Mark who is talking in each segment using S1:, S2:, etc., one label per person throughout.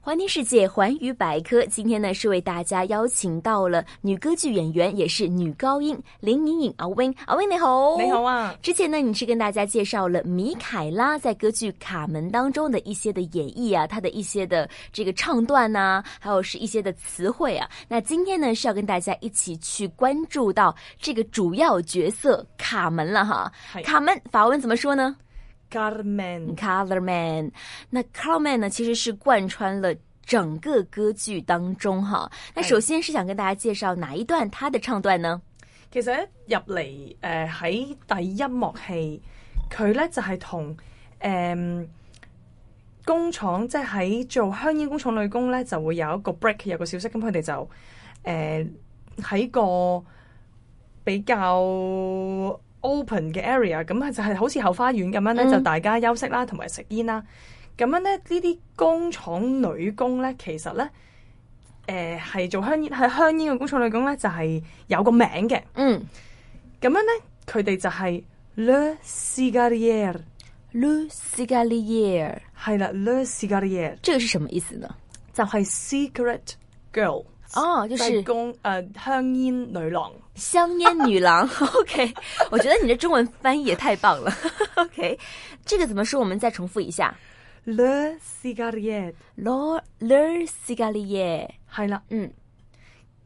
S1: 环听世界，环宇百科。今天呢，是为大家邀请到了女歌剧演员，也是女高音林颖颖阿 wing 阿 wing 你好，
S2: 你好。啊！
S1: 之前呢，你是跟大家介绍了米凯拉在歌剧《卡门》当中的一些的演绎啊，她的一些的这个唱段呐、还有是一些的词汇啊。那今天呢，是要跟大家一起去关注到这个主要角色卡门了哈。
S2: 係
S1: 卡门法文怎么说呢？
S2: Carmen，
S1: Colorman。那 Colorman 呢，其实是贯穿了。整个歌剧当中哈，那
S2: 哎
S1: 首先是想跟大家介绍哪一段他的唱段呢？
S2: 其實一入嚟誒喺第一幕戲，佢咧就係同誒工廠，即係喺做香煙工廠女工咧，就會有一個 break，有個小息，咁佢哋就誒喺、個比較 open 嘅 area，咁係就係好似後花園咁樣咧，
S1: 嗯
S2: 就大家休息啦，同埋食煙啦。咁樣咧，呢啲工廠女工咧，其實咧。誒係、做香煙，係香煙嘅工廠女工咧，就係、有個名嘅。
S1: 嗯
S2: 咁樣咧，佢哋就係 le cigarier，
S1: ，Le c i g a l i e r
S2: 係啦，le cigarier
S1: 这个是什么意思呢？
S2: 就係 secret girl，
S1: 哦，就
S2: 即
S1: 是
S2: 係公誒香煙女郎。
S1: 香烟女郎。OK，我觉得你的中文翻译也太棒了。OK，这个怎么说？我们再重复一下
S2: le cigarier
S1: ，Le Le c i g a l i e r
S2: 係啦，
S1: 嗯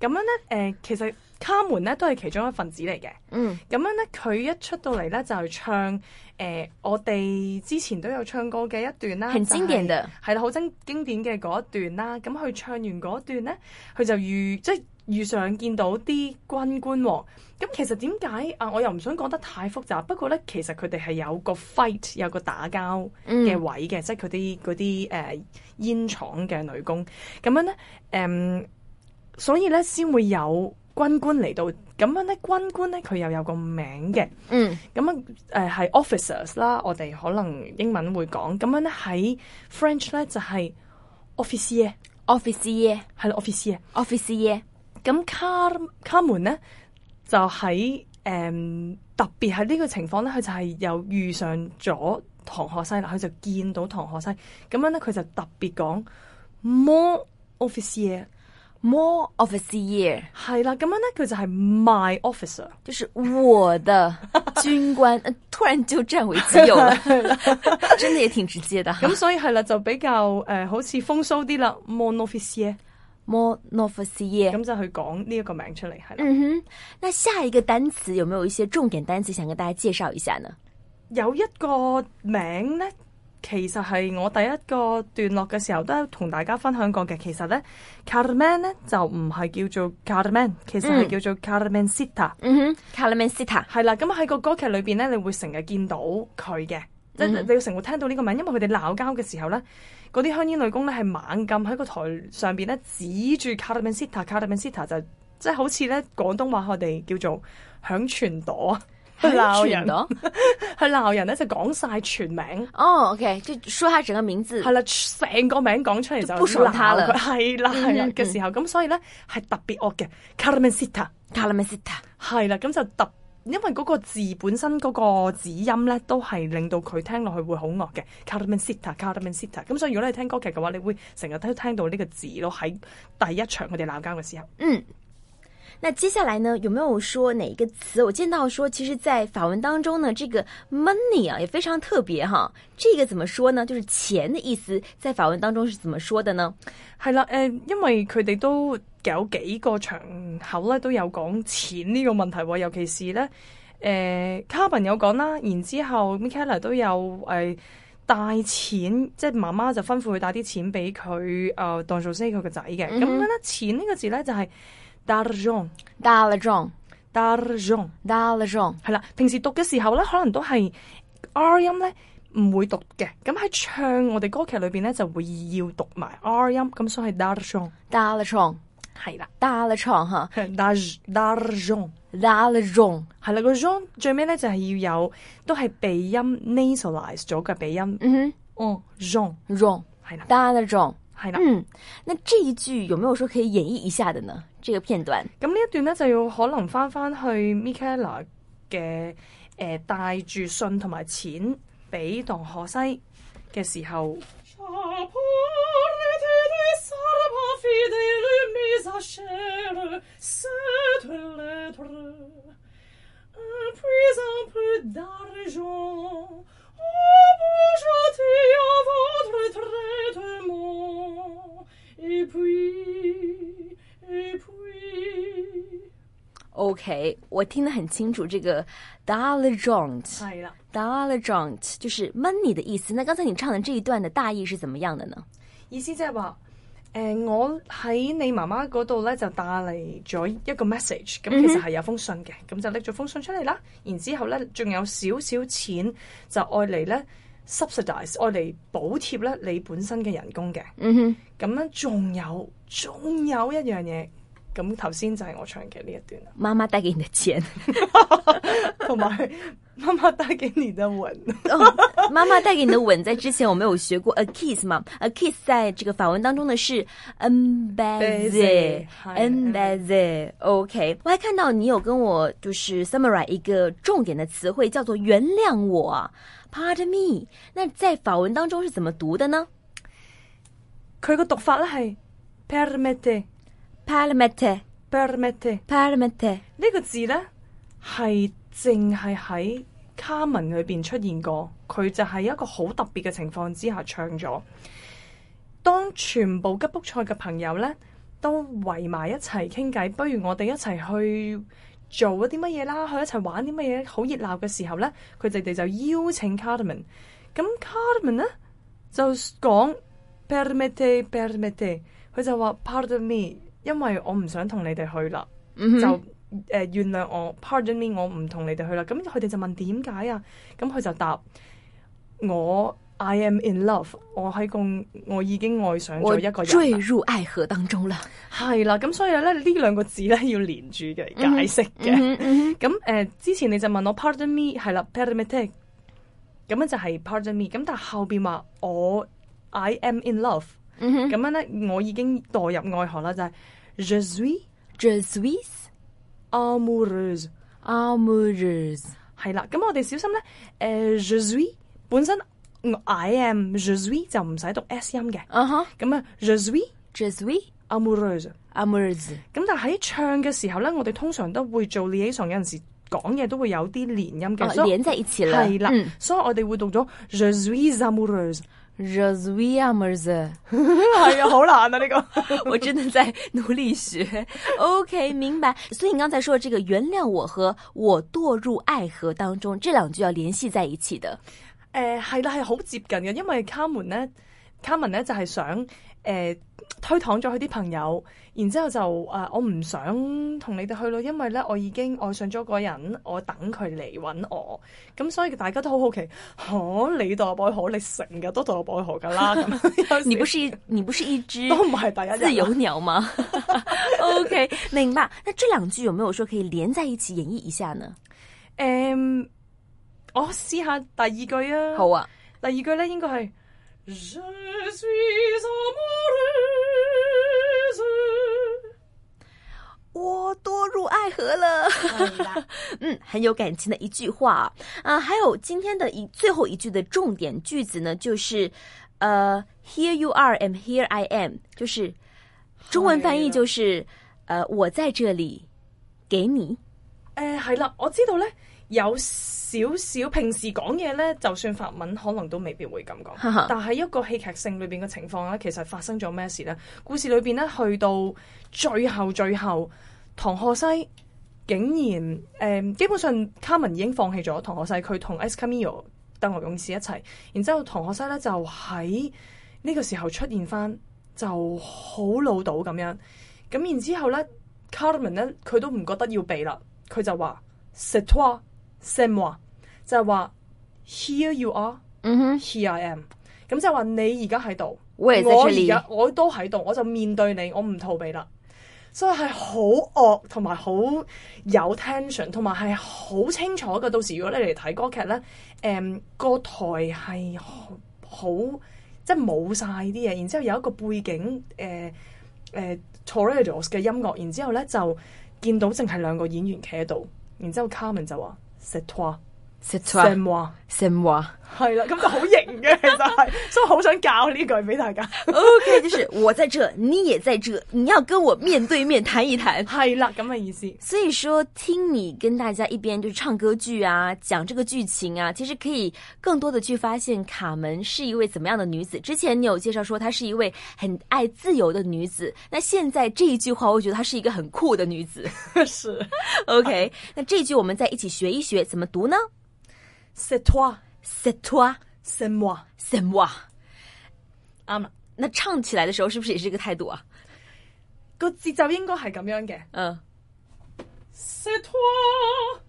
S2: 咁樣咧，誒、其實卡門咧都係其中一份子嚟嘅。
S1: 嗯
S2: 咁樣咧，佢一出到嚟咧就係唱誒、呃我哋之前都有唱過嘅一段啦，
S1: 很經典的
S2: 就係，係啦，好經經典嘅嗰一段啦。咁佢唱完嗰段咧，佢就遇即係遇上見到啲軍官喎。咁其實點解啊？我又唔想講得太複雜，不過咧，其實佢哋係有個 fight，有個打交嘅
S1: 嗯
S2: 位嘅，即係佢啲嗰啲誒煙廠嘅女工咁樣咧，誒、所以咧先會有軍官嚟到，咁樣咧軍官咧佢又有個名嘅，
S1: 嗯
S2: 咁樣誒係 officers 啦，我哋可能英文會講，咁樣咧喺 French 咧就係 officier，
S1: ，Officier
S2: 係啦 officier，
S1: Officier，
S2: 咁卡卡門咧就喺誒、特別喺呢個情況咧，佢就係有遇上咗唐學西啦，佢就見到唐學西，咁樣咧佢就特別講 more officier。
S1: More Officier。
S2: 係啦，咁樣咧，佢就係 my officer，
S1: 就是我的军官，呃突然就占为己有了，真的也挺直接 的哈。
S2: 咁所以係啦，就比較誒、呃好似風騷啲啦，mon officier，
S1: More n o f f i c i e
S2: 咁就去講呢一個名出嚟係啦。
S1: 嗯哼，那下一个单词有没有一些重点单词想跟大家介绍一下呢？
S2: 有一個名咧，其實係我第一個段落嘅時候都有同大家分享過嘅。其實咧，Carmen 咧就唔係叫做 Carmen，其實係叫做 Carmencita。
S1: 嗯哼 c a l a m a n c i t a
S2: 係啦，咁喺個歌劇裏邊咧，你會成日見到佢嘅，即
S1: 嗯
S2: 係你會成日會聽到呢個名，因為佢哋鬧交嘅時候咧，嗰啲香煙女工咧係猛咁喺個台上邊咧指住 Carmencita，Carmencita 就即係好似咧廣東話我哋叫做響傳朵去鬧人，
S1: 的
S2: 去鬧人咧就講晒全名。
S1: 哦，OK，就说他整个名字
S2: 係。啦，成個名講出嚟就
S1: 就不爽他啦
S2: 鬧佢係啦係啦
S1: 嗯嗯
S2: 嘅時候，咁所以咧係特別惡嘅 Carmencita。
S1: c a l a m a n c i t a
S2: 係啦，咁就特，因為嗰個字本身嗰個子音咧，都係令到佢聽落去會好惡嘅。Carmencita，Carmencita。咁所以如果你聽歌劇嘅話，你會成日都聽到呢個字咯。喺第一場佢哋鬧交嘅時候，
S1: 嗯。那接下来呢，有没有说哪一个词？我见到说，其实，在法文当中呢，这个 money 啊也非常特别哈。这个怎么说呢？就是钱的意思，在法文当中是怎么说的呢？
S2: 係啦，誒、因為佢哋都有幾個場口咧都有講錢呢個問題喎，尤其是咧，誒、卡文有講啦，然之後 Michaela 都有誒。帶錢，即係媽媽就吩咐佢帶啲錢俾佢，誒當做 say 佢個仔嘅。咁
S1: 嗯哼
S2: 樣咧，錢呢個字咧就係 darjon
S1: D'argent,
S2: darjon
S1: d'argent。
S2: 係啦。平時讀嘅時候咧，可能都係 r 音咧唔會讀嘅。咁喺唱我哋歌劇裏邊咧就會要讀埋 r 音，咁所以 darjon
S1: 搭了床，
S2: 係啦
S1: 搭了床哈，
S2: ，dar darjon
S1: 搭了床，
S2: 係啦。個 jon 最尾咧就係要有都係鼻音 nasalize 咗嘅鼻音，
S1: 嗯
S2: 哦 jon
S1: 哼，床
S2: 係啦
S1: 搭了床。
S2: 係啦。
S1: 嗯，那这一句有没有说可以演绎一下的呢？这个片段，
S2: 咁呢一段咧就要可能翻翻去 Michaela 嘅誒帶住信同埋錢俾唐可西嘅時候，
S3: Chapore te des
S1: OK，我听得很清楚，这个 dollar joint。
S2: 係啦。
S1: dollar joint 就是 money 的意思。那刚才你唱的这一段的大意是怎么样的呢？
S2: 意思即係話，誒、我喺你媽媽嗰度咧就帶嚟咗一個 message，咁其實係有封信嘅，咁、就拎咗封信出嚟啦。然之後咧，仲有少少錢就愛嚟咧 subsidize，愛嚟補貼咧你本身嘅人工嘅。
S1: 嗯哼，
S2: 咁樣仲有仲有一樣嘢，咁頭先就係我唱嘅呢一段啦，
S1: 妈妈带给你的钱，
S2: 同埋媽媽帶給你的吻。
S1: 哦妈妈带给你的吻，在之前我们有学过 a kiss 嘛？a kiss 在这个法文当中呢是 embassy
S2: Embassy，係
S1: embassy。OK，我还看到你有跟我就是 summarize 一个重点的词汇，叫做原谅我啊，pardon me。那在法文当中是怎么读的呢
S2: 佢個讀法咧係 permette，permette。
S1: p a r l a m e t e p a r l a m e t e
S2: 呢個字呢，係淨係喺卡文裏邊出現過，佢就係一個好特別嘅情況之下唱咗。當全部吉卜賽嘅朋友呢，都圍埋一齊傾偈，不如我哋一齊去做一啲乜嘢啦，去一齊玩啲乜嘢，好熱鬧嘅時候呢，佢哋哋就邀請卡特文。咁卡特文呢，就講 permette permette，佢就話 pardon me，因為我唔想同你哋去啦。
S1: 嗯哼
S2: 就誒、呃、原諒我，pardon me，我唔同你哋去啦。咁佢哋就問點解啊？咁佢就答我 I am in love，我喺個我已經愛上
S1: 我
S2: 咗一個
S1: 坠
S2: 人啦。
S1: 入爱河当中了。
S2: 係啦，咁所以咧呢兩個字咧要連住嘅解釋嘅。
S1: 嗯哼嗯哼
S2: 咁誒、呃之前你就問我 pardon me 係啦 p a r d o n me 咁樣就係 pardon me。咁但係後邊話我 I am in love，
S1: 嗯哼
S2: 咁樣咧我已經墮入愛河啦，就係、Je suis
S1: Je suis
S2: amoureuse。
S1: amoureuse。
S2: 係啦，咁我哋小心咧。誒、j e s u i 本身嗯 I am j e s u i 就唔使讀 S 音嘅。
S1: 啊哈
S2: 咁啊 j e s u i
S1: ，Je suis
S2: amoureuse。
S1: amoureuse。
S2: 咁但係喺唱嘅時候咧，我哋通常都會做 liaison，有陣時講嘢都會有啲連音嘅，
S1: 哦，
S2: 所以
S1: 连在一起了。嗯
S2: 係啦，嗯所以我哋會讀咗 j e s u i amoureuse。
S1: ，Je suis amoureuse。
S2: 係啊，好難啊呢、個。
S1: 我真的在努力学。OK，明白。所以你刚才说的这个“原谅我”和“我堕入爱河”当中，这两句要联系在一起的。
S2: 誒呃係啦，係好接近嘅，因為卡門咧，卡文咧就係想誒、呃推搪咗佢啲朋友，然之後就誒、呃我唔想同你哋去咯，因為咧我已經愛上咗個人，我等佢嚟揾我，咁所以大家都好好奇，可、你墮入愛河，你成日都墮入愛河噶 啦，咁有時
S1: 你不是一，你不是一 只
S2: 都唔係第一日啦啊
S1: 自由 鸟吗 ？OK，明白。那这两句有没有说可以连在一起演绎一下呢？
S2: 誒、我試哦下第二句啊，
S1: 好，啊，
S2: 第二句咧應該係 Je suis amoureuse
S1: 我堕入爱河了。
S2: 係啦。
S1: 嗯，很有感情的一句话啊。啊还有今天的一最后一句的重点句子呢，就是呃，Here you are and here I am，就是中文翻译就是呃，我在这里给你。
S2: 誒係啦，我知道咧有少少平時講嘢咧，就算法文可能都未必會咁講
S1: 哈哈，
S2: 但係一個戲劇性裏邊嘅情況咧，啊其實發生咗咩事咧？故事裏邊咧去到最後最後，唐賀西。竟然誒、基本上卡文已經放棄咗唐學西，佢同 S Camillo 鬥牛勇士一齊，然之後唐學西咧就喺呢個時候出現翻，就好老到咁樣。咁然之後咧，Carmen 咧佢都唔覺得要避啦，佢就話 C'est toi, c'est moi，就係話 Here you are,
S1: 嗯哼，
S2: here I am。咁即係話你而家喺度，
S1: 我也在
S2: 我
S1: 这
S2: 而
S1: 里。
S2: 家我都喺度，我就面對你，我唔逃避啦。所以係好惡，同埋好有 tension，同埋係好清楚嘅。到時如果你嚟睇歌劇咧，誒、個台係好好即係冇晒啲嘢，然之後有一個背景誒誒 Torredos 嘅音樂，然之後咧就見到淨係兩個演員企喺度，然之後 Carmen 就話 Set toi，
S1: C'est
S2: s e moi，
S1: c'est moi。
S2: 係啦，咁就好型嘅，其實係， 所以好想教呢句俾大家。
S1: OK，就是我在这，你也在这，你要跟我面对面谈一谈。
S2: 係啦，咁嘅意思。
S1: 所以说，听你跟大家一边就是唱歌剧啊，讲这个剧情啊，其实可以更多的去发现卡门是一位怎么样的女子。之前你有介绍说她是一位很爱自由的女子，那现在这一句话，我觉得她是一个很酷的女子。
S2: 是
S1: OK，那这一句我们再一起学一学，怎么读呢
S2: C'est toi,
S1: ？C'est toi,
S2: c'est moi，
S1: c'est moi。
S2: 啱啦。
S1: 那唱起来的时候是不是也是这个态度啊？
S2: 個節奏應該係咁樣嘅。
S1: 嗯
S2: C'est toi,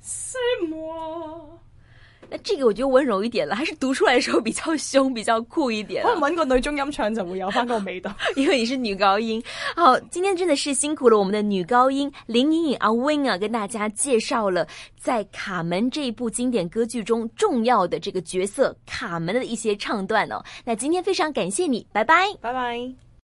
S2: c'est moi。
S1: 那这个我觉得温柔一点了，还是读出来的时候比较凶、比较酷一点啊、
S2: 可能揾個女中音唱就會有翻個味道。
S1: 因为你是女高音。好，今天真的是辛苦了我们的女高音林颖颖阿 Win 啊，跟大家介绍了在《卡门》这一部经典歌剧中重要的这个角色卡门的一些唱段哦。那今天非常感谢你，拜拜。
S2: 拜拜。